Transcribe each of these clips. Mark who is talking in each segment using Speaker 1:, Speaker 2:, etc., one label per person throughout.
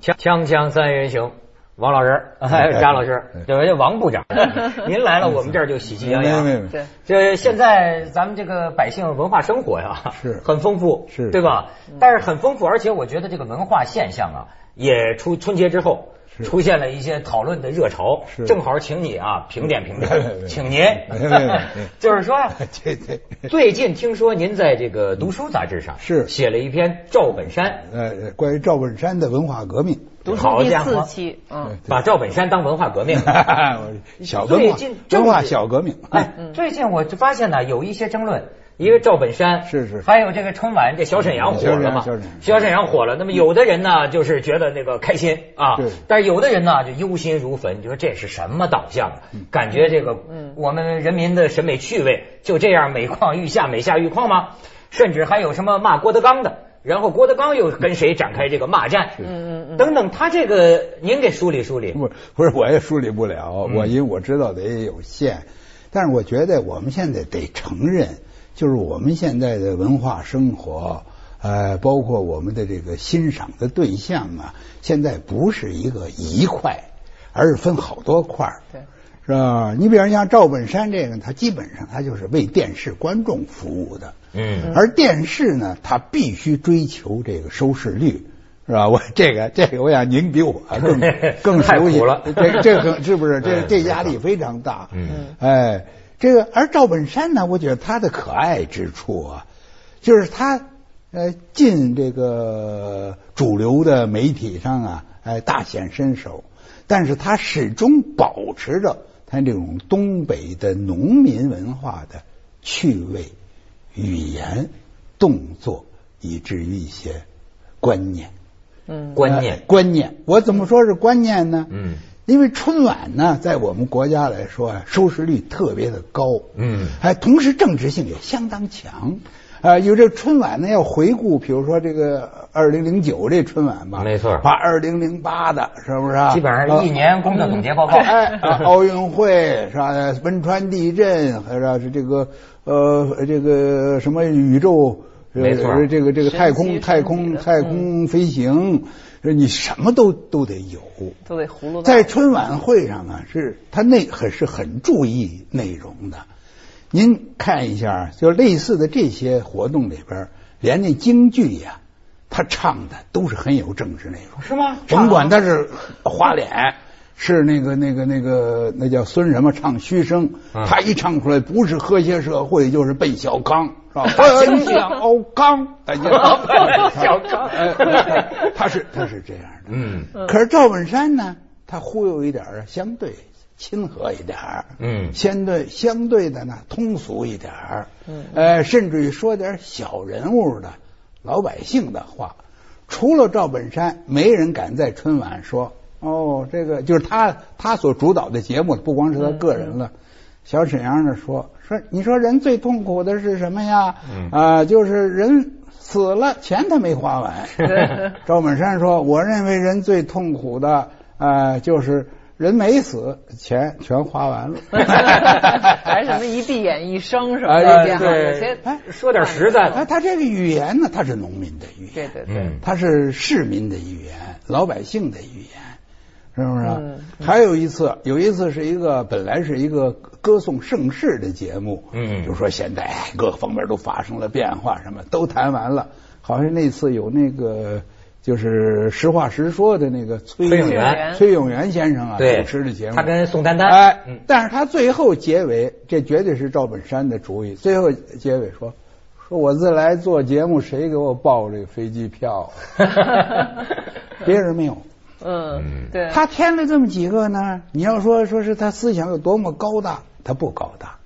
Speaker 1: 锵锵锵三人行，王老 师，哎，
Speaker 2: 哎
Speaker 1: 张老师
Speaker 2: 哎，
Speaker 1: 对，王部长， 您来了，我们这儿就喜气洋
Speaker 2: 没有没有
Speaker 1: 洋
Speaker 2: 没有。
Speaker 1: 这现在咱们这个百姓文化生活呀，
Speaker 2: 是
Speaker 1: 很丰富，
Speaker 2: 是
Speaker 1: 对吧？但是很丰富，而且我觉得这个文化现象啊，也出春节之后。
Speaker 2: 是
Speaker 1: 出现了一些讨论的热潮，
Speaker 2: 是
Speaker 1: 正好请你啊评点评
Speaker 2: 没有没有没
Speaker 1: 点，
Speaker 2: 有
Speaker 1: 请您
Speaker 2: 没有没有没有，
Speaker 1: 就是说呀，
Speaker 2: 这这，
Speaker 1: 最近听说您在这个《读书》杂志上
Speaker 2: 是
Speaker 1: 写了一篇赵本山，
Speaker 2: 呃，关于赵本山的文化革命，
Speaker 1: 读
Speaker 3: 书
Speaker 1: 好
Speaker 3: 第
Speaker 1: 家伙
Speaker 3: 四，期， 嗯，
Speaker 1: 把赵本山当文化革命。
Speaker 2: 小文
Speaker 1: 最
Speaker 2: 化
Speaker 1: 近
Speaker 2: 文化
Speaker 1: 政治
Speaker 2: 小革命，
Speaker 1: 哎，最近我就发现呢，有一些争论，一个赵本山
Speaker 2: 嗯是是
Speaker 1: 还有这个春晚，这小沈阳火了嘛
Speaker 2: 小沈阳小沈阳？
Speaker 1: 小沈阳火了，那么有的人呢，就是觉得那个开心啊
Speaker 2: 对，
Speaker 1: 但是有的人呢就忧心如焚，就说这是什么导向啊？
Speaker 2: 嗯
Speaker 1: 感觉这个我们人民的审美趣味就这样每况愈下，每下愈况吗？甚至还有什么骂郭德纲的，然后郭德纲又跟谁展开这个骂战，嗯嗯嗯，等等，他这个您给梳理梳理，
Speaker 2: 不不是我也梳理不了，我因为我知道的也有限，但是我觉得我们现在得承认，就是我们现在的文化生活，呃，包括我们的这个欣赏的对象啊，现在不是一个一块，而是分好多块儿
Speaker 3: 对。
Speaker 2: 是吧？你比如像赵本山这个，他基本上他就是为电视观众服务的，
Speaker 1: 嗯
Speaker 2: 而电视呢，它必须追求这个收视率，是吧？ 我这个这个，我想您比我 更更
Speaker 1: 太
Speaker 2: 熟悉
Speaker 1: 苦了
Speaker 2: 这这个是不是？这
Speaker 1: 嗯
Speaker 2: 这压力非常大。
Speaker 1: 嗯，
Speaker 2: 哎，这个而赵本山呢，我觉得他的可爱之处啊，就是他呃进这个主流的媒体上啊，哎大显身手，但是他始终保持着他这种东北的农民文化的趣味、语言、动作，以至于一些观念。
Speaker 1: 嗯
Speaker 3: 嗯
Speaker 1: 观
Speaker 2: 哎
Speaker 1: 念，
Speaker 2: 观念。我怎么说是观念呢？
Speaker 1: 嗯，
Speaker 2: 因为春晚呢，在我们国家来说啊，收视率特别的高，
Speaker 1: 嗯
Speaker 2: 哎，同时政治性也相当强。啊，有这春晚呢，要回顾，比如说这个二零零九这春晚吧，
Speaker 1: 没错
Speaker 2: 把二零零八的是不是啊、
Speaker 1: 基本
Speaker 3: 呃
Speaker 1: 上一年工作总结报告，
Speaker 2: 哎，啊
Speaker 3: 哦
Speaker 2: 奥运会是吧？汶川地震，还有是这个呃，这个什么宇宙，呃
Speaker 1: 没错
Speaker 2: 这个这个
Speaker 3: 神奇
Speaker 2: 太空
Speaker 3: 神奇
Speaker 2: 太空
Speaker 3: 的嗯
Speaker 2: 太空飞行，你什么都都得有。
Speaker 3: 都得葫芦
Speaker 2: 在
Speaker 3: 岛
Speaker 2: 春晚会上啊，是他内很是很注意内容的。您看一下，就类似的这些活动里边，连那京剧呀、他唱的都是很有政治内容。
Speaker 1: 是吗？
Speaker 2: 甭管他是花脸，是那个那个那个那叫孙什么唱虚声，
Speaker 1: 嗯
Speaker 2: 他一唱出来不是和谐社会就是奔小康，是 吧？
Speaker 1: 真
Speaker 2: 奔
Speaker 1: 像
Speaker 2: 小康， 大家
Speaker 1: 奔小康
Speaker 2: 哎哎他是他是这样的。
Speaker 1: 嗯
Speaker 2: 可是赵本山呢，他忽悠一点儿，啊相对亲和一点儿，
Speaker 1: 嗯
Speaker 2: 相对相对的呢通俗一点儿，嗯，呃，甚至于说点儿小人物的老百姓的话。除了赵本山，没人敢在春晚说哦，这个就是他他所主导的节目，不光是他个人了。小沈阳那说说，你说人最痛苦的是什么呀？
Speaker 1: 嗯
Speaker 2: 啊、就是人死了，钱他没花完。赵本山说：“我认为人最痛苦的，呃，就是人没死，钱全花完了。
Speaker 3: 还什么一闭眼一生什么
Speaker 2: 哎
Speaker 3: 的，这样
Speaker 1: 对
Speaker 3: 有些
Speaker 2: 哎
Speaker 1: 说点实在
Speaker 2: 他
Speaker 1: 的，
Speaker 2: 他这个语言呢，他是农民的语
Speaker 3: 对
Speaker 2: 言，
Speaker 3: 对对，
Speaker 1: 嗯，
Speaker 2: 他是市民的语言，老百姓的语言，是不是？
Speaker 3: 嗯
Speaker 2: 还有一次，有一次是一个本来是一个歌颂盛世的节目，
Speaker 1: 嗯
Speaker 2: 就说现在各方面都发生了变化，什么都谈完了，好像那次有那个。就是实话实说的那个崔
Speaker 1: 崔
Speaker 2: 永
Speaker 1: 永
Speaker 3: 元
Speaker 2: 崔永元先生啊
Speaker 1: 对
Speaker 2: 主持的节目，
Speaker 1: 他跟宋丹丹
Speaker 2: 哎
Speaker 1: 嗯，
Speaker 2: 但是他最后结尾，这绝对是赵本山的主意。最后结尾说：“说我自来做节目，谁给我报这个飞机 票啊？别人没有。
Speaker 3: 嗯，对，
Speaker 2: 他添了这么几个呢？你要说说是他思想有多么高大，他不高大，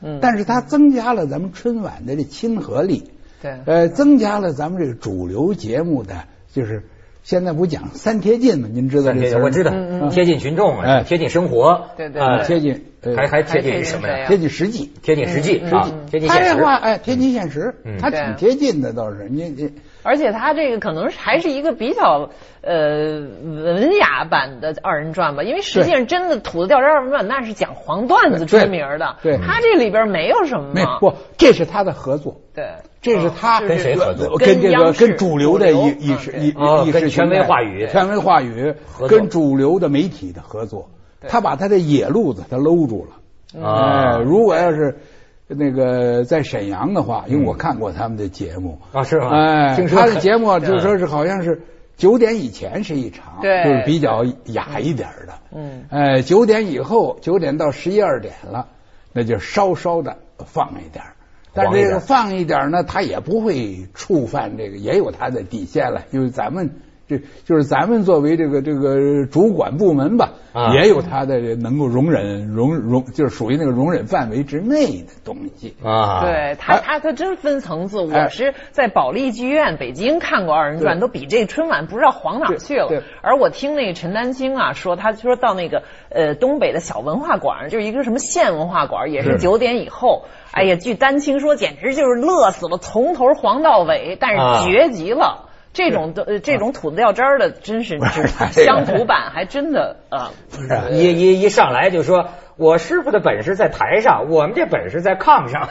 Speaker 3: 嗯
Speaker 2: 但是他增加了咱们春晚的这亲和力，
Speaker 3: 对
Speaker 2: 呃，增加了咱们这个主流节目的就是。”现在不讲三贴近吗？您知道这词儿吗
Speaker 1: 我知道
Speaker 3: 嗯，
Speaker 1: 贴近群众嘛，
Speaker 2: 哎
Speaker 1: 贴近生活，
Speaker 3: 对对
Speaker 1: 啊
Speaker 3: 对
Speaker 2: 贴近呃
Speaker 1: 还还贴
Speaker 3: 还贴
Speaker 1: 近
Speaker 3: 近
Speaker 1: 什么
Speaker 3: 谁
Speaker 1: 呀
Speaker 3: 哎呀？
Speaker 2: 贴近实际。
Speaker 1: 贴近实际
Speaker 3: 嗯
Speaker 1: 啊
Speaker 3: 嗯，
Speaker 1: 贴近
Speaker 2: 他
Speaker 1: 现
Speaker 2: 这话
Speaker 1: 实。
Speaker 2: 哎，贴近现实
Speaker 1: 嗯，
Speaker 2: 他
Speaker 3: 对啊
Speaker 2: 挺贴近的倒是。你你
Speaker 3: 而且他这个可能还是一个比较呃文雅版的二人转吧，因为实际上真的土字调查二人转那是讲黄段子出名的，
Speaker 2: 对对
Speaker 3: 他这里边没有什么
Speaker 2: 没有不，这是他的合作，
Speaker 3: 对，
Speaker 2: 这是他
Speaker 3: 嗯就是
Speaker 1: 跟谁合作
Speaker 2: 跟这
Speaker 3: 跟央
Speaker 2: 个
Speaker 3: 视
Speaker 2: 跟主流的
Speaker 3: 主流
Speaker 2: 意意
Speaker 3: 嗯
Speaker 2: 识
Speaker 3: 对
Speaker 2: 意
Speaker 1: 哦
Speaker 2: 意
Speaker 1: 跟
Speaker 2: 识
Speaker 1: 权威
Speaker 2: 形态
Speaker 1: 话语
Speaker 2: 权威话语
Speaker 1: 合作
Speaker 2: 跟主流的媒体的合作，
Speaker 3: 对
Speaker 2: 他把他的野路子他搂住了。
Speaker 1: 啊
Speaker 2: 哎，如果要是那个在沈阳的话，因为我看过他们的节目
Speaker 1: 啊是吗
Speaker 2: 哎，
Speaker 1: 听说
Speaker 2: 他的节目啊
Speaker 1: 嗯
Speaker 2: 就是说是好像是九点以前是一场，
Speaker 3: 对
Speaker 2: 就是比较雅一点儿的，
Speaker 3: 嗯，
Speaker 2: 哎，九点以后，九点到十一二点了，那就稍稍的放一点儿。但
Speaker 1: 黄一
Speaker 2: 这
Speaker 1: 点儿
Speaker 2: 个放一点儿呢，他也不会触犯这个，也有他的底线了。就是咱们这，就是咱们作为这个这个主管部门吧，
Speaker 1: 啊
Speaker 2: 也有他的能够容忍容容，就是属于那个容忍范围之内的东西。
Speaker 1: 啊，
Speaker 3: 对他，
Speaker 2: 哎
Speaker 3: 他他真分层次。
Speaker 2: 哎
Speaker 3: 我是在保利剧院北京看过二人转，
Speaker 2: 对
Speaker 3: 都比这春晚不知道黄哪儿去
Speaker 2: 对
Speaker 3: 了
Speaker 2: 对。
Speaker 3: 而我听那陈丹青啊说，他说到那个呃东北的小文化馆，就是一个什么县文化馆，也是
Speaker 2: 是
Speaker 3: 九点以后。哎呀，据丹青说，简直就是乐死了，从头黄到尾，但
Speaker 1: 啊
Speaker 3: 是绝极了。这种的呃
Speaker 2: 啊
Speaker 3: 这种土字掉渣儿的，真是
Speaker 2: 不是
Speaker 3: 就是
Speaker 2: 他这个
Speaker 3: 乡土版，还真的啊，
Speaker 2: 不是啊
Speaker 1: 一一一上来就说我师傅的本事在台上，我们这本事在炕 上，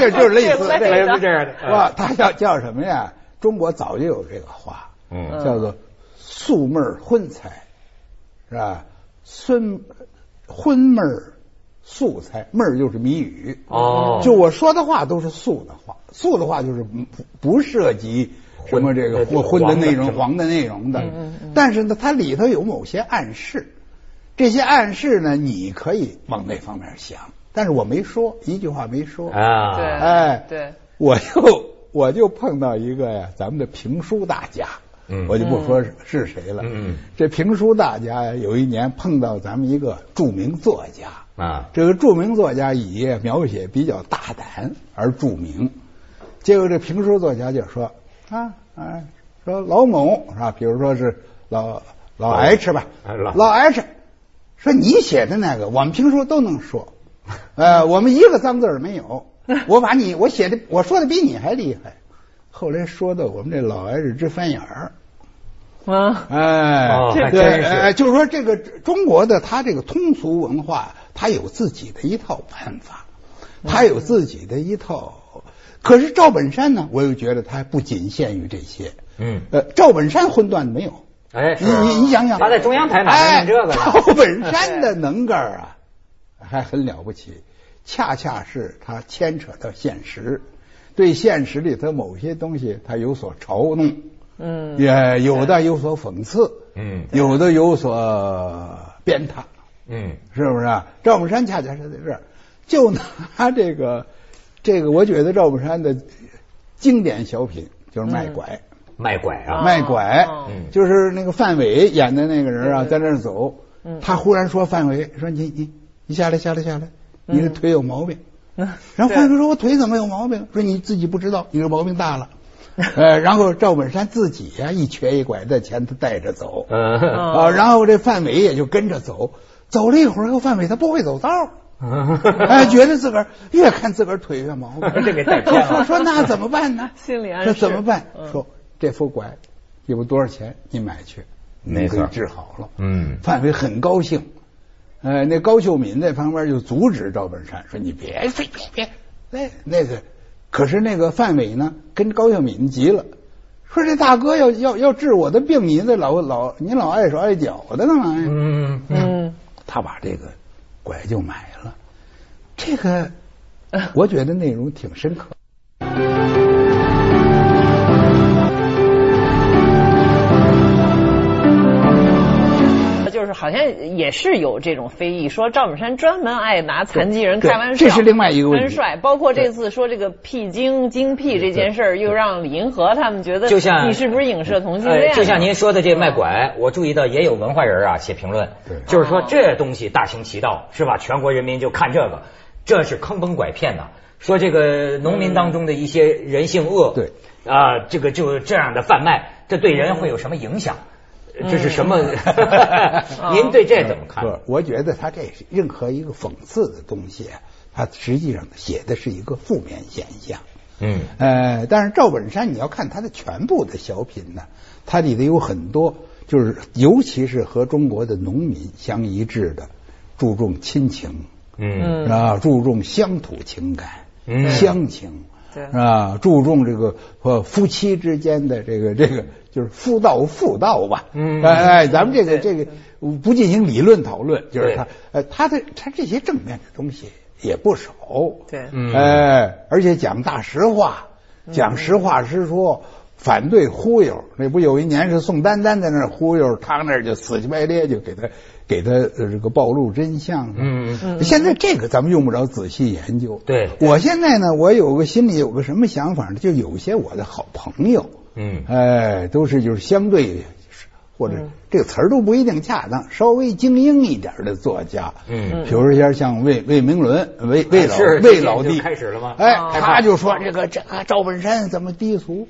Speaker 2: 这就是类似
Speaker 3: 这类的
Speaker 1: 是这样的。啊
Speaker 2: 哇，他叫叫什么呀？中国早就有这个话，
Speaker 1: 嗯
Speaker 2: 叫做素妹儿荤菜，是吧？荤荤妹儿素菜，妹儿就是谜语。
Speaker 1: 哦
Speaker 2: 就我说的话都是素的话，素的话就是不不涉及什么这个
Speaker 1: 荤呃
Speaker 2: 或
Speaker 1: 黄
Speaker 2: 荤的
Speaker 1: 的
Speaker 2: 内
Speaker 1: 是
Speaker 2: 容、
Speaker 1: 吧
Speaker 2: 黄的内容的
Speaker 1: 嗯
Speaker 3: 嗯嗯。
Speaker 2: 但是呢，它里头有某些暗示，这些暗示呢，你可以往那方面想，但是我没说，一句话没说。
Speaker 1: 啊，
Speaker 3: 嗯对，
Speaker 2: 哎
Speaker 3: 对，
Speaker 2: 我就 我就碰到一个呀，咱们的评书大家，
Speaker 1: 嗯
Speaker 2: 我就不说是是谁了。
Speaker 1: 嗯嗯
Speaker 2: 这评书大家呀，有一年碰到咱们一个著名作家，
Speaker 1: 啊，
Speaker 2: 这个著名作家以描写比较大胆而著名，结果这评书作家就说啊啊，说老某是吧？比如说是老老 H 吧，
Speaker 1: 啊老
Speaker 2: 老 H，说你写的那个，我们评书都能说，呃，我们一个脏字儿没有，我把你我写的我说的比你还厉害。后来说的我们这老 H 直翻眼儿，
Speaker 3: 嗯。
Speaker 2: 哎
Speaker 1: 哦，还
Speaker 2: 对
Speaker 1: 真是
Speaker 2: 哎，就是说这个中国的它这个通俗文化，它有自己的一套办法，
Speaker 1: 嗯
Speaker 2: 它有自己的一套。可是赵本山呢，我又觉得他不仅限于这些。
Speaker 1: 嗯
Speaker 2: 呃，赵本山荤段没有，
Speaker 1: 哎，
Speaker 2: 你你你想想，
Speaker 1: 他在中央台哪能弄这个
Speaker 2: 哎
Speaker 1: 呢？
Speaker 2: 赵本 山的能干儿啊，还很了不起，恰恰是他牵扯到现实，对现实里头某些东西他有所嘲弄，
Speaker 3: 嗯
Speaker 2: 也有的有所讽刺，
Speaker 1: 嗯
Speaker 2: 有的有所鞭挞，
Speaker 1: 嗯
Speaker 2: 是不是啊？赵本山恰恰是在这儿，就拿这个这个，我觉得赵本山的经典小品就是卖拐。
Speaker 1: 卖拐啊，
Speaker 2: 卖拐
Speaker 3: 哦，
Speaker 1: 嗯
Speaker 2: 就是那个范伟演的那个人啊，
Speaker 3: 对对
Speaker 2: 在那儿走
Speaker 3: 嗯，
Speaker 2: 他忽然说范伟说你你你下来下来下来，
Speaker 3: 嗯
Speaker 2: 你的腿有毛病。然后范伟说我腿怎么有毛病？说你自己不知道，你这毛病 大了。呃，然后赵本山自己呀、一瘸一拐在前头带着走，
Speaker 1: 嗯，
Speaker 2: 啊，然后这范伟也就跟着走，走了一会儿，后范伟他不会走道儿。
Speaker 3: 嗯
Speaker 2: 哎，觉得自个儿越看自个儿腿越毛病，
Speaker 1: 这给带偏了
Speaker 2: 说说那怎么办呢？
Speaker 3: 心理暗示
Speaker 2: 说怎么办？
Speaker 3: 嗯
Speaker 2: 说这副拐有多少钱？你买去，
Speaker 1: 没
Speaker 2: 你
Speaker 1: 错
Speaker 2: 给治好了。
Speaker 1: 嗯
Speaker 2: 范伟很高兴。呃，那高秀敏在旁边就阻止赵本山说：“你别别别别，哎那那个。”可是那个范伟呢，跟高秀敏急了，说：“这大哥要要要治我的病，你这老老你老碍手碍脚的哎干嘛呀？”
Speaker 1: 嗯嗯，
Speaker 3: 嗯，
Speaker 2: 他把这个拐就买了。这个我觉得内容挺深刻。
Speaker 3: 就是好像也是有这种非议，说赵本山专门爱拿残疾人
Speaker 2: 对
Speaker 3: 开玩笑，
Speaker 2: 这是另外一个问题
Speaker 3: 真帅，包括这次说这个屁精精辟这件事儿，又让李银河他们觉得，
Speaker 1: 就像
Speaker 3: 你是不是影射同性
Speaker 1: 哎
Speaker 3: 恋？啊嗯
Speaker 1: 就像您说的这卖拐，我注意到也有文化人啊写评论
Speaker 2: 对，
Speaker 1: 就是说
Speaker 3: 哦
Speaker 1: 这东西大行其道是吧？全国人民就看这个，这是坑蒙拐骗呐。说这个农民
Speaker 3: 嗯
Speaker 1: 当中的一些人性恶，
Speaker 2: 对
Speaker 1: 啊，这个就这样的贩卖，这对人会有什么影响？这是什么？
Speaker 3: 嗯
Speaker 1: 您对这怎么看？
Speaker 2: 不，我觉得他这是任何一个讽刺的东西啊，他实际上写的是一个负面现象。
Speaker 1: 嗯
Speaker 2: 呃，但是赵本山你要看他的全部的小品呢，它里头有很多就是尤其是和中国的农民相一致的，注重亲情，
Speaker 1: 嗯
Speaker 2: 是吧？注重乡土情感、
Speaker 1: 嗯
Speaker 2: 乡情，
Speaker 3: 对
Speaker 2: 是吧？注重这个呃夫妻之间的这个这个就是夫道妇道吧，
Speaker 1: 嗯
Speaker 2: 哎哎，咱们这个
Speaker 3: 对
Speaker 2: 这个不进行理论讨论，就是他
Speaker 1: 对
Speaker 2: 呃他的他这些正面的东西也不少，
Speaker 3: 对嗯
Speaker 1: 嗯
Speaker 2: 哎，而且讲大实话，讲实话实说。反对忽悠，那不有一年是宋丹丹在那儿忽悠，他那儿就死乞白咧就给他给他呃这个暴露真相了。
Speaker 1: 嗯
Speaker 3: 嗯
Speaker 2: 现在这个咱们用不着仔细研究。
Speaker 1: 对
Speaker 2: 我现在呢，我有个心里有个什么想法呢？就有些我的好朋友，
Speaker 1: 嗯
Speaker 2: 哎，都是就是相对或者
Speaker 3: 嗯
Speaker 2: 这个词儿都不一定恰当，稍微精英一点的作家，
Speaker 1: 嗯啊
Speaker 2: 比如说像魏魏明伦、魏魏老
Speaker 1: 是
Speaker 2: 魏老
Speaker 1: 这
Speaker 2: 弟
Speaker 1: 就开始了吗啊
Speaker 2: 哎
Speaker 3: 哦，
Speaker 2: 他就说这个这个赵本山怎么低俗，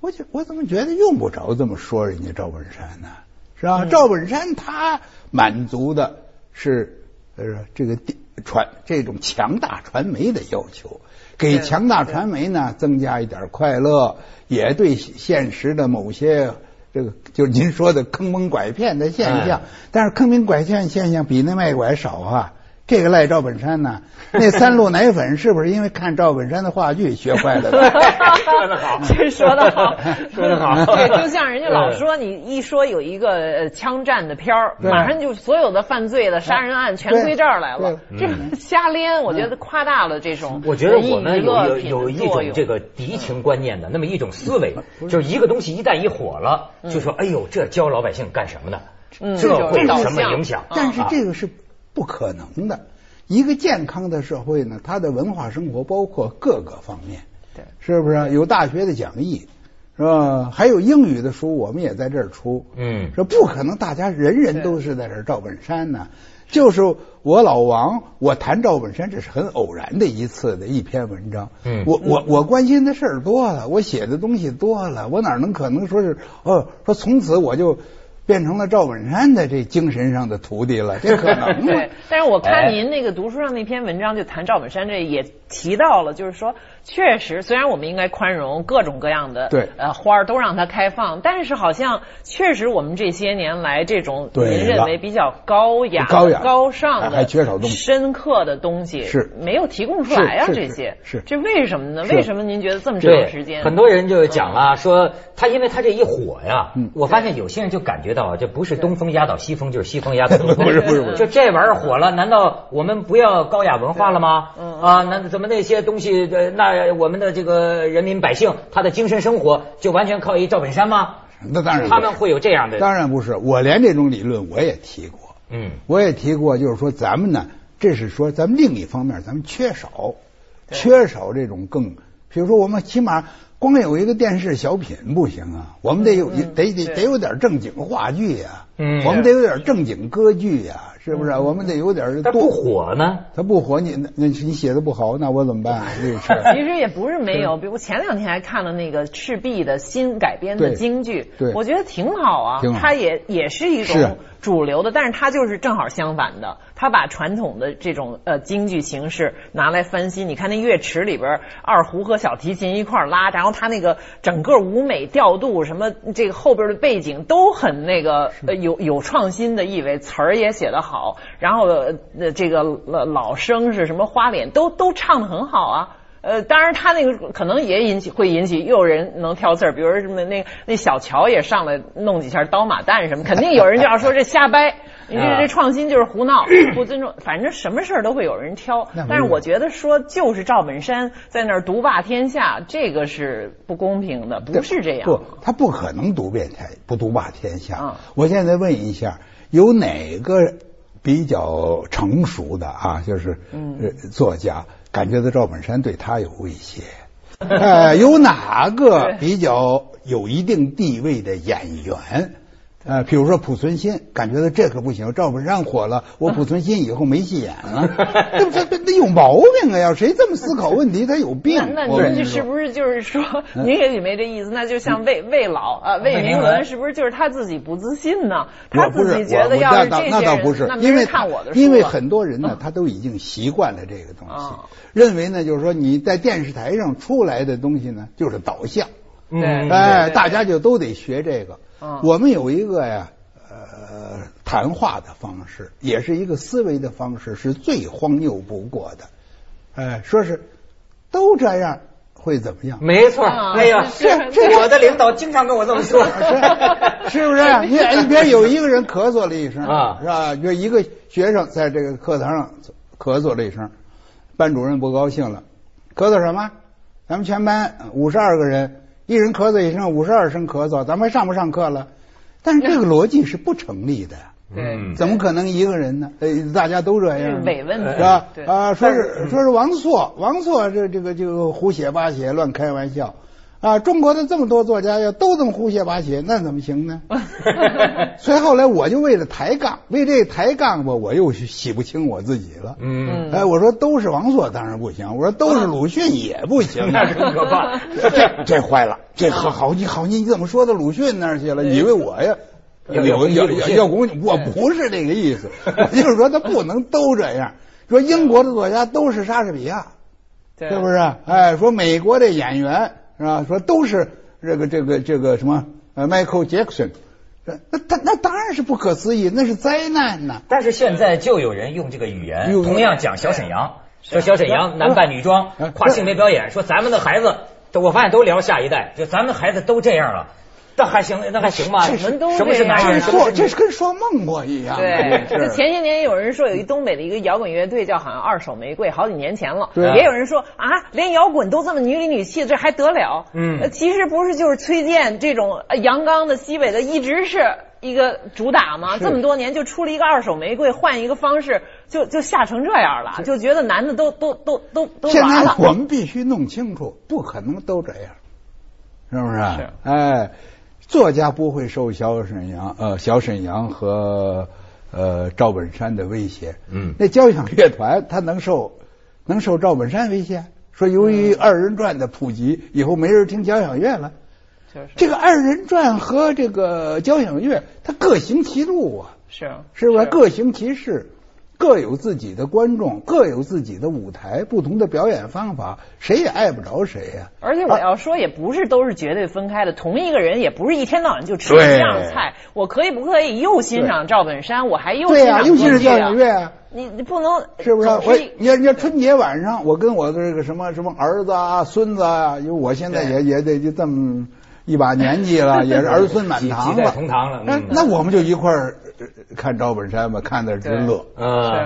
Speaker 2: 我就我怎么觉得用不着这么说人家赵本山呢？是吧？赵本山他满足的是呃这个地传这种强大传媒的要求，给
Speaker 3: 对
Speaker 2: 强大
Speaker 3: 对
Speaker 2: 传媒呢增加一点快乐，也对现实的某些。这个就是您说的坑蒙拐骗的现象，
Speaker 1: 哎
Speaker 2: 但是坑蒙拐骗现象比那卖拐少啊。这个赖赵本山呢、那三鹿奶粉是不是因为看赵本山的话剧学坏了 的？
Speaker 1: 说得 好，
Speaker 3: 这 说得好
Speaker 1: 说得好
Speaker 3: 对，就像人家 老说，你一说有一个呃枪战的片儿，
Speaker 2: 对
Speaker 3: 马上就所有的犯罪的杀人案全归这儿来了。
Speaker 2: 对嗯
Speaker 3: 这个瞎编，我觉得夸大了这种
Speaker 1: 嗯我觉得我
Speaker 3: 文艺
Speaker 1: 们
Speaker 3: 娱
Speaker 1: 有有
Speaker 3: 乐品
Speaker 1: 有
Speaker 3: 的
Speaker 1: 一
Speaker 3: 作
Speaker 1: 种
Speaker 3: 用嗯
Speaker 1: 这个敌情观念的那么一种思维，就是一个东西一旦一火了，就说哎呦这教老百姓干什么呢？
Speaker 3: 嗯
Speaker 1: 这会有什
Speaker 3: 这
Speaker 1: 么
Speaker 3: 种嗯
Speaker 1: 影响？
Speaker 2: 但是
Speaker 1: 啊
Speaker 2: 这个是不可能的。一个健康的社会呢，它的文化生活包括各个方面，
Speaker 3: 对
Speaker 2: 是不是？有大学的讲义，是吧？还有英语的书，我们也在这儿出。
Speaker 1: 嗯
Speaker 2: 说不可能，大家人人都是在这儿赵本山呢。就是我老王，我谈赵本山，这是很偶然的一次的一篇文章。
Speaker 1: 嗯
Speaker 2: 我我我关心的事儿多了，我写的东西多了，我哪能可能说是哦说从此我就变成了赵本山的这精神上的徒弟了？这可 能 吗
Speaker 3: 对？， 但是我
Speaker 1: 哎
Speaker 3: 看您那个读书上那篇文章，就谈赵本山这也提到了，就是说，确实，虽然我们应该宽容各种各样的
Speaker 2: 对
Speaker 3: 呃花儿都让它开放，但是好像确实我们这些年来这种
Speaker 2: 对
Speaker 3: 您认为比较高雅、
Speaker 2: 高雅
Speaker 3: 高尚的、
Speaker 2: 还缺少东西
Speaker 3: 深刻的东西
Speaker 2: 是
Speaker 3: 没有提供出来啊，
Speaker 2: 是是
Speaker 3: 这些
Speaker 2: 是是
Speaker 3: 这为什么呢？
Speaker 2: 是
Speaker 3: 为什么您觉得这么长时间？嗯
Speaker 1: 很多人就讲了，说他因为他这一火呀
Speaker 2: 嗯，
Speaker 1: 我发现有些人就感觉到啊，这不是东风压倒西风，就是西风压倒东风。
Speaker 2: 不是不是不是
Speaker 1: 就这玩意儿火了，难道我们不要高雅文化了吗？
Speaker 3: 嗯
Speaker 1: 啊，那怎么那些东西，呃那我们的这个人民百姓，他的精神生活就完全靠一赵本山吗？
Speaker 2: 那当然不
Speaker 1: 他
Speaker 2: 是
Speaker 1: 们会有这样的，
Speaker 2: 当然不是，我连这种理论我也提过。
Speaker 1: 嗯
Speaker 2: 我也提过，就是说咱们呢，这是说咱们另一方面，咱们缺少缺少这种更，比如说我们起码光有一个电视小品不行啊，我们得有、
Speaker 3: 嗯
Speaker 2: 得得
Speaker 3: 对
Speaker 2: 得有点正经话剧呀、
Speaker 1: 嗯
Speaker 2: 我们得有点正经歌剧呀、是
Speaker 3: 嗯
Speaker 2: 不是啊、我们得有点
Speaker 1: 他不
Speaker 2: 多。
Speaker 1: 火呢？
Speaker 2: 他不火，你那那你写的不好，那我怎么办、啊？这个事 儿
Speaker 3: 其实也不是没有，比如我前两天还看了那个赤壁的新改编的
Speaker 2: 对
Speaker 3: 京剧，
Speaker 2: 对
Speaker 3: 我觉得挺好啊
Speaker 2: 挺好。
Speaker 3: 它也也是一
Speaker 2: 是
Speaker 3: 种主流的，但是它就是正好相反的，它把传统的这种呃京剧形式拿来翻新。你看那乐池里边，二胡和小提琴一块儿拉，然后它那个整个舞美调度什么，这个后边的背景都很那个呃有有创新的意味，词儿也写得好，然后呃这个老老生是什么花脸都都唱得很好啊。呃，当然，他那个可能也引起会引起又有人能挑刺儿，比如说什么那那小乔也上来弄几下刀马旦什么，肯定有人就要说这瞎 掰，你这
Speaker 2: 啊
Speaker 3: 这创新就是胡闹，不尊重，反正什么事儿都会有人挑
Speaker 2: 那。不
Speaker 3: 但是
Speaker 2: 是
Speaker 3: 我觉得说就是赵本山在那儿独霸天下，这个是不公平的，不是这样。
Speaker 2: 不，他不可能独遍天，不独霸天下。
Speaker 3: 嗯
Speaker 2: 我现在问一下，有哪个比较成熟的啊，就是、
Speaker 3: 嗯
Speaker 2: 呃、作家感觉到赵本山对他有威胁？ 呃，有哪个
Speaker 3: 对
Speaker 2: 比较有一定地位的演员呃，比如说濮存昕，感觉到这可不行，赵本山火了，我濮存昕以后没戏演了， 这不这这这有毛病啊！要谁这么思考问题，他有病
Speaker 3: 那。 那
Speaker 2: 我跟
Speaker 3: 您
Speaker 2: 你
Speaker 3: 这
Speaker 2: 说嗯
Speaker 3: 是不是就是说， 您也许没这意思？那就像魏魏老啊，魏明伦是不是就是他自己不自信呢？他
Speaker 2: 我不
Speaker 3: 自
Speaker 2: 是
Speaker 3: 己觉得
Speaker 2: 我
Speaker 3: 要
Speaker 2: 我
Speaker 3: 是
Speaker 2: 那倒
Speaker 3: 这
Speaker 2: 那
Speaker 3: 些
Speaker 2: 倒不
Speaker 3: 人，
Speaker 2: 是
Speaker 3: 那，没
Speaker 2: 因为
Speaker 3: 人
Speaker 2: 他
Speaker 3: 看我的书了，
Speaker 2: 因为很多人 呢，他都已经习惯了这个东西
Speaker 3: 啊，
Speaker 2: 认为呢，就是说你在电视台上出来的东西呢，就是导向，
Speaker 3: 对嗯
Speaker 2: 哎，
Speaker 3: 对
Speaker 2: 大家就都得学这个
Speaker 3: 嗯。
Speaker 2: 我们有一个呀，呃，谈话的方式，也是一个思维的方式，是最荒谬不过的。哎，说是都这样会怎么样？
Speaker 1: 没错，
Speaker 3: 啊
Speaker 1: 哎呀，
Speaker 3: 是是
Speaker 2: 这
Speaker 1: 我的领导经常跟我这么说，
Speaker 2: 是不是？你你别有一个人咳嗽了一声
Speaker 1: 啊
Speaker 2: 是吧？就一个学生在这个课堂上咳嗽了一声，班主任不高兴了，咳嗽什么？咱们全班五十二个人，一人咳嗽一声，五十二声咳嗽，咱们还上不上课了？但是这个逻辑是不成立的，
Speaker 3: 对
Speaker 1: 嗯
Speaker 2: 怎么可能一个人呢？呃，大家都这
Speaker 3: 这是
Speaker 2: 样呢，
Speaker 3: 伪问题
Speaker 2: 是吧
Speaker 3: 对？
Speaker 2: 啊，说是
Speaker 1: 嗯
Speaker 2: 说是王朔，王朔这这个这个胡写八写，乱开玩笑啊！中国的这么多作家要都这么胡写八写，那怎么行 呢？所以后来我就为了抬杠，为这抬杠吧，我又洗不清我自己了。
Speaker 1: 嗯，
Speaker 2: 哎，我说都是王朔当然不行，我说都是鲁迅也不行，啊
Speaker 1: 那是更可怕。
Speaker 2: 这这坏了，这好好你好你怎么说到鲁迅那儿去了？以为我呀
Speaker 1: 要
Speaker 2: 有
Speaker 1: 攻击
Speaker 2: 有
Speaker 1: 鲁
Speaker 2: 有
Speaker 1: 迅
Speaker 2: 要攻击，我不是这个意思，我就是说他不能都这样。说英国的作家都是莎士比亚，
Speaker 3: 对
Speaker 2: 是不是？哎，说美国的演员是吧？说都是这个这个这个什么呃 Michael Jackson，呃那他那当然是不可思议，那是灾难呐。
Speaker 1: 但是现在就有人用这个语言，
Speaker 2: 用
Speaker 1: 同样讲小沈阳，说小沈阳男扮女装
Speaker 2: 嗯，
Speaker 1: 跨性别表演，说咱们的孩子，都我发现都聊下一代，就咱们孩子都这样了，那还行，那还行吧？
Speaker 2: 这
Speaker 3: 是我们都
Speaker 1: 什么是男
Speaker 3: 这
Speaker 1: 人？
Speaker 2: 这
Speaker 3: 样
Speaker 1: 什
Speaker 2: 是
Speaker 1: 么
Speaker 2: 做
Speaker 1: 是
Speaker 2: 这
Speaker 1: 女
Speaker 2: 是跟哎说梦话一样，
Speaker 3: 对，
Speaker 2: 这
Speaker 3: 就是前些年有人说有一东北的一个摇滚乐队叫好像二手玫瑰，好几年前了。
Speaker 2: 对
Speaker 3: 也有人说啊，连摇滚都这么女里女气，这还得了？
Speaker 1: 嗯
Speaker 3: 呃其实不是就是崔健这种呃阳刚的西北的，一直是一个主打嘛。
Speaker 2: 是
Speaker 3: 这么多年就出了一个二手玫瑰，换一个方式就就吓成这样了，就觉得男的都都都都都
Speaker 2: 现
Speaker 3: 完
Speaker 2: 在
Speaker 3: 了。
Speaker 2: 我们必须弄清楚，不可能都这样，是不是？
Speaker 3: 是
Speaker 2: 哎，作家不会受小沈阳、呃小沈阳和呃赵本山的威胁。
Speaker 1: 嗯
Speaker 2: 那交响乐团他能受能受赵本山威胁？说由于
Speaker 3: 嗯
Speaker 2: 二人转的普及，以后没人听交响乐了。
Speaker 3: 就是
Speaker 2: 这个二人转和这个交响乐，它各行其路啊。
Speaker 3: 是
Speaker 2: 是吧？各行其事，各有自己的观众，各有自己的舞台，不同的表演方法，谁也碍不着谁呀、
Speaker 3: 而且我要说，也不是都是绝对分开的。同一个人也不是一天到晚就吃一样菜。我可以不可以又欣赏赵本山，我还又
Speaker 2: 对
Speaker 3: 欣
Speaker 2: 呀、
Speaker 3: 赏
Speaker 2: 尤其是
Speaker 3: 歌剧啊
Speaker 2: 交响乐啊。
Speaker 3: 你你不能
Speaker 2: 是不是？
Speaker 3: 总
Speaker 2: 我
Speaker 3: 一
Speaker 2: 你看，你看春节晚上，我跟我的这个什么什么儿子啊、孙子啊，因为我现在也也得就这么一把年纪了，也是儿孙满堂
Speaker 1: 挤挤在
Speaker 2: 了，
Speaker 1: 同堂了
Speaker 2: 那
Speaker 1: 嗯
Speaker 2: 那我们就一块儿呃看赵本山吧，看的真乐。
Speaker 3: 啊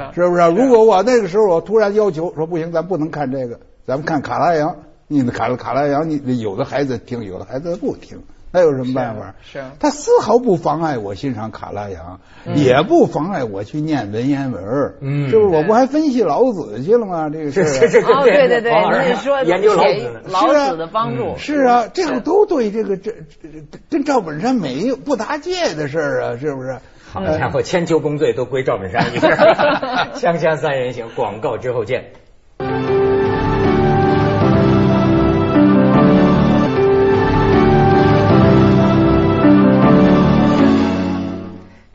Speaker 1: 嗯，
Speaker 2: 是不是？如果我那个时候我突然要求说不行，咱不能看这个，咱们看卡拉扬。你的卡拉卡拉扬，你你有的孩子听，有的孩子不听，那有什么办法？
Speaker 3: 是啊是啊
Speaker 2: 他丝毫不妨碍我欣赏卡拉扬，也不妨碍我去念文言文儿。
Speaker 1: 嗯
Speaker 2: 是不是？我不还分析老子去了吗？这个事
Speaker 1: 是
Speaker 2: 儿啊
Speaker 1: 是是，
Speaker 3: 哦，对对对，
Speaker 1: 王老师
Speaker 3: 你说
Speaker 1: 研究老
Speaker 3: 写
Speaker 1: 子呢。
Speaker 3: 老子的帮助
Speaker 2: 是啊，这个都对这个这这这跟赵本山没有不搭界的事儿啊，是不是？
Speaker 1: 好家伙，千秋功罪都归赵本山一个人。锵锵三人行，广告之后见。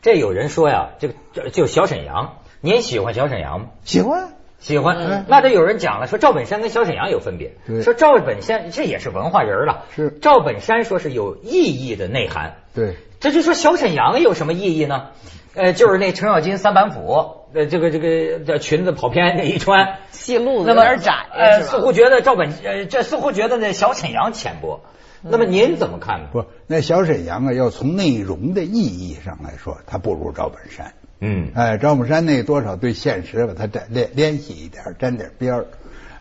Speaker 1: 这有人说呀，这个这就小沈阳，您喜欢小沈阳吗？
Speaker 2: 喜欢。
Speaker 1: 喜欢，
Speaker 2: 嗯
Speaker 1: 那就有人讲了，说赵本山跟小沈阳有分别，
Speaker 2: 对
Speaker 1: 说赵本山这也是文化人了，
Speaker 2: 是
Speaker 1: 赵本山说是有意义的内涵，
Speaker 2: 对，
Speaker 1: 这就说小沈阳有什么意义呢？呃，就是那程咬金三板斧，呃，这个这个这裙子跑偏这一穿，
Speaker 3: 戏路子
Speaker 1: 那
Speaker 3: 有
Speaker 1: 么
Speaker 3: 点窄，
Speaker 1: 呃，
Speaker 3: 是
Speaker 1: 似
Speaker 3: 吧？
Speaker 1: 乎觉得赵本呃，这似乎觉得那小沈阳浅薄。
Speaker 3: 嗯
Speaker 1: 那么您怎么看呢？
Speaker 2: 不，那小沈阳啊，要从内容的意义上来说，他不如赵本山。
Speaker 1: 嗯
Speaker 2: 哎，赵本山那多少对现实吧，他沾联联系一点儿，沾点边儿。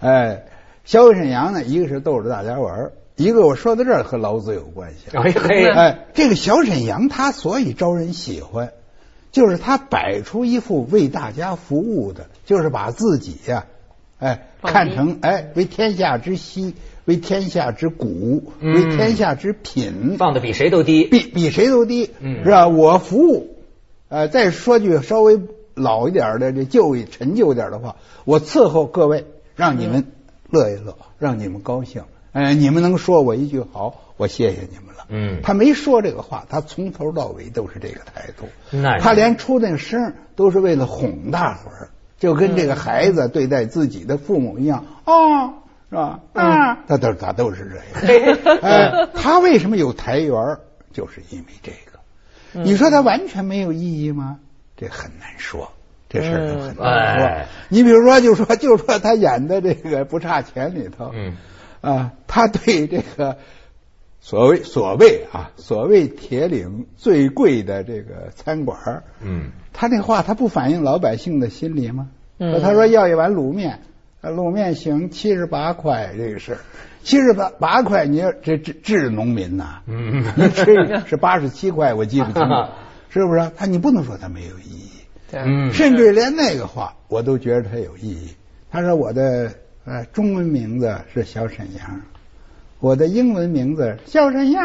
Speaker 2: 哎，萧沈阳呢，一个是逗着大家玩儿，一个我说到这儿和老子有关系。
Speaker 1: 哎嘿，
Speaker 2: 哎，这个小沈阳他所以招人喜欢，就是他摆出一副为大家服务的，就是把自己呀、哎，
Speaker 3: 放低
Speaker 2: 看成哎为天下之稀，为天下之骨，
Speaker 3: 嗯
Speaker 2: 为天下之品，
Speaker 1: 放的比谁都低。
Speaker 2: 比比谁都低，
Speaker 1: 嗯
Speaker 2: 是吧？我服务，呃，再说句稍微老一点儿的，这旧一陈旧一点儿的话，我伺候各位，让你
Speaker 1: 嗯
Speaker 2: 们乐一乐，让你们高兴，哎，你们能说我一句好，我谢谢你们了。
Speaker 1: 嗯
Speaker 2: 他没说这个话，他从头到尾都是这个态度。
Speaker 1: 那是
Speaker 2: 他连出那个声儿都是为了哄大伙儿，就跟这个孩子对待自己的父母一样，哦，是吧？啊，
Speaker 1: 嗯
Speaker 2: 他都他都是这 样。哎，他为什么有台缘儿？就是因为这
Speaker 1: 嗯
Speaker 2: 个。你说他完全没有意义吗？这很难说，这事儿都很难
Speaker 1: 嗯
Speaker 2: 说。
Speaker 1: 哎
Speaker 2: 你比如说，就说就说他演的这个《不差钱》里头，
Speaker 1: 嗯，
Speaker 2: 啊，他对这个所谓所谓啊所谓铁岭最贵的这个餐馆儿
Speaker 1: 嗯，
Speaker 2: 他这话他不反映老百姓的心理吗？
Speaker 3: 嗯
Speaker 2: 他说要一碗卤面，呃卤面行七十八块，这个是七十八八块，你要这治治农民呐、
Speaker 1: 嗯
Speaker 2: 你吃是八十七块，我记不清了，是不是？他你不能说他没有意义。
Speaker 3: 对，
Speaker 1: 嗯
Speaker 2: 甚至连那个话我都觉得它有意义。他说我的呃中文名字是小沈阳，我的英文名字小沈阳，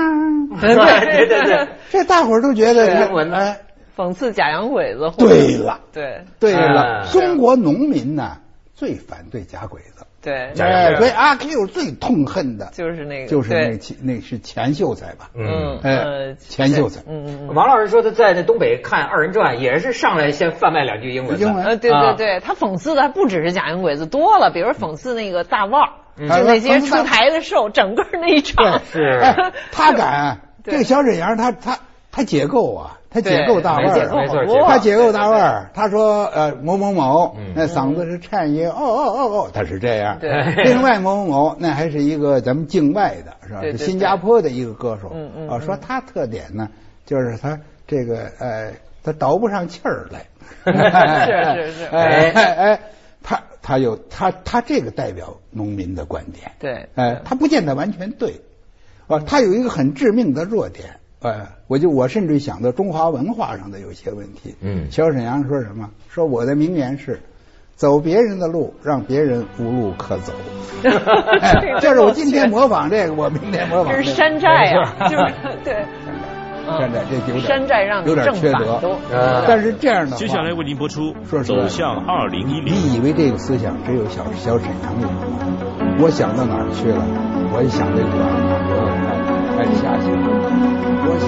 Speaker 1: 对对对对，
Speaker 2: 这大伙儿都觉得
Speaker 1: 是英文的
Speaker 2: 哎，
Speaker 3: 讽刺假洋鬼子。啊或者啊
Speaker 2: 对了，
Speaker 3: 对
Speaker 2: 对
Speaker 1: 哎
Speaker 2: 了，中国农民呢最反对假鬼子，
Speaker 3: 对，
Speaker 1: 假洋鬼
Speaker 2: 哎，
Speaker 1: 子
Speaker 2: 所以阿 Q 最痛恨的
Speaker 3: 就是那个，
Speaker 2: 就是那
Speaker 3: 对呃
Speaker 2: 期那是钱秀才吧？
Speaker 1: 嗯
Speaker 2: 哎，钱秀才，
Speaker 3: 嗯嗯嗯。
Speaker 1: 王老师说他在那东北看二人转，也是上来先贩卖两句英文的。
Speaker 2: 英文
Speaker 3: 呃，对
Speaker 1: 啊
Speaker 3: 对对，他讽刺的还不只是假洋鬼子，多了，比如讽刺那个大腕儿，
Speaker 2: 嗯
Speaker 3: 就那些出台的时候，整个那一场
Speaker 1: 对 是
Speaker 2: 哎，他敢，
Speaker 3: 对
Speaker 2: 这个小沈阳他他他解构啊，他解构大腕
Speaker 1: 没
Speaker 2: 儿
Speaker 1: 错
Speaker 2: 啊，
Speaker 1: 没错，姐
Speaker 3: 哇
Speaker 2: 他解构大腕儿，他说呃某某某
Speaker 1: 嗯，
Speaker 2: 那嗓子是颤音，哦哦哦哦，他是这样。
Speaker 3: 对
Speaker 2: 另外某某某，那还是一个咱们境外的，是吧？
Speaker 3: 对
Speaker 2: 是
Speaker 3: 对
Speaker 2: 新加坡的一个歌手
Speaker 3: 嗯嗯。
Speaker 2: 啊，说他特点呢，就是他这个呃，他倒不上气儿来。
Speaker 3: 是是是
Speaker 2: 哎哎哎，他他有他他这个代表农民的观点。
Speaker 3: 对
Speaker 2: 哎，他不见得完全对，啊，他有一个很致命的弱点，呃，我就我甚至想到中华文化上的有些问题。
Speaker 1: 嗯
Speaker 2: 小沈阳说什么？说我的名言是。走别人的路，让别人无路可走。哎，这是我今天模仿这个，我明天模仿、
Speaker 3: 这
Speaker 2: 这个。
Speaker 3: 是山寨啊，
Speaker 1: 没错
Speaker 3: 就是对，嗯
Speaker 2: 山寨，这有点
Speaker 3: 山寨让你
Speaker 2: 有点
Speaker 3: 正
Speaker 2: 缺
Speaker 3: 反
Speaker 2: 德啊
Speaker 3: 都。
Speaker 1: 嗯
Speaker 2: 但是这样的话，
Speaker 4: 接下来为您播出
Speaker 2: 说
Speaker 4: 《
Speaker 2: 实在的
Speaker 4: 走向二零一零》。
Speaker 2: 你以为这个思想只有小小沈阳有吗？我想到哪儿去了？我一想这个，哎，下去了。我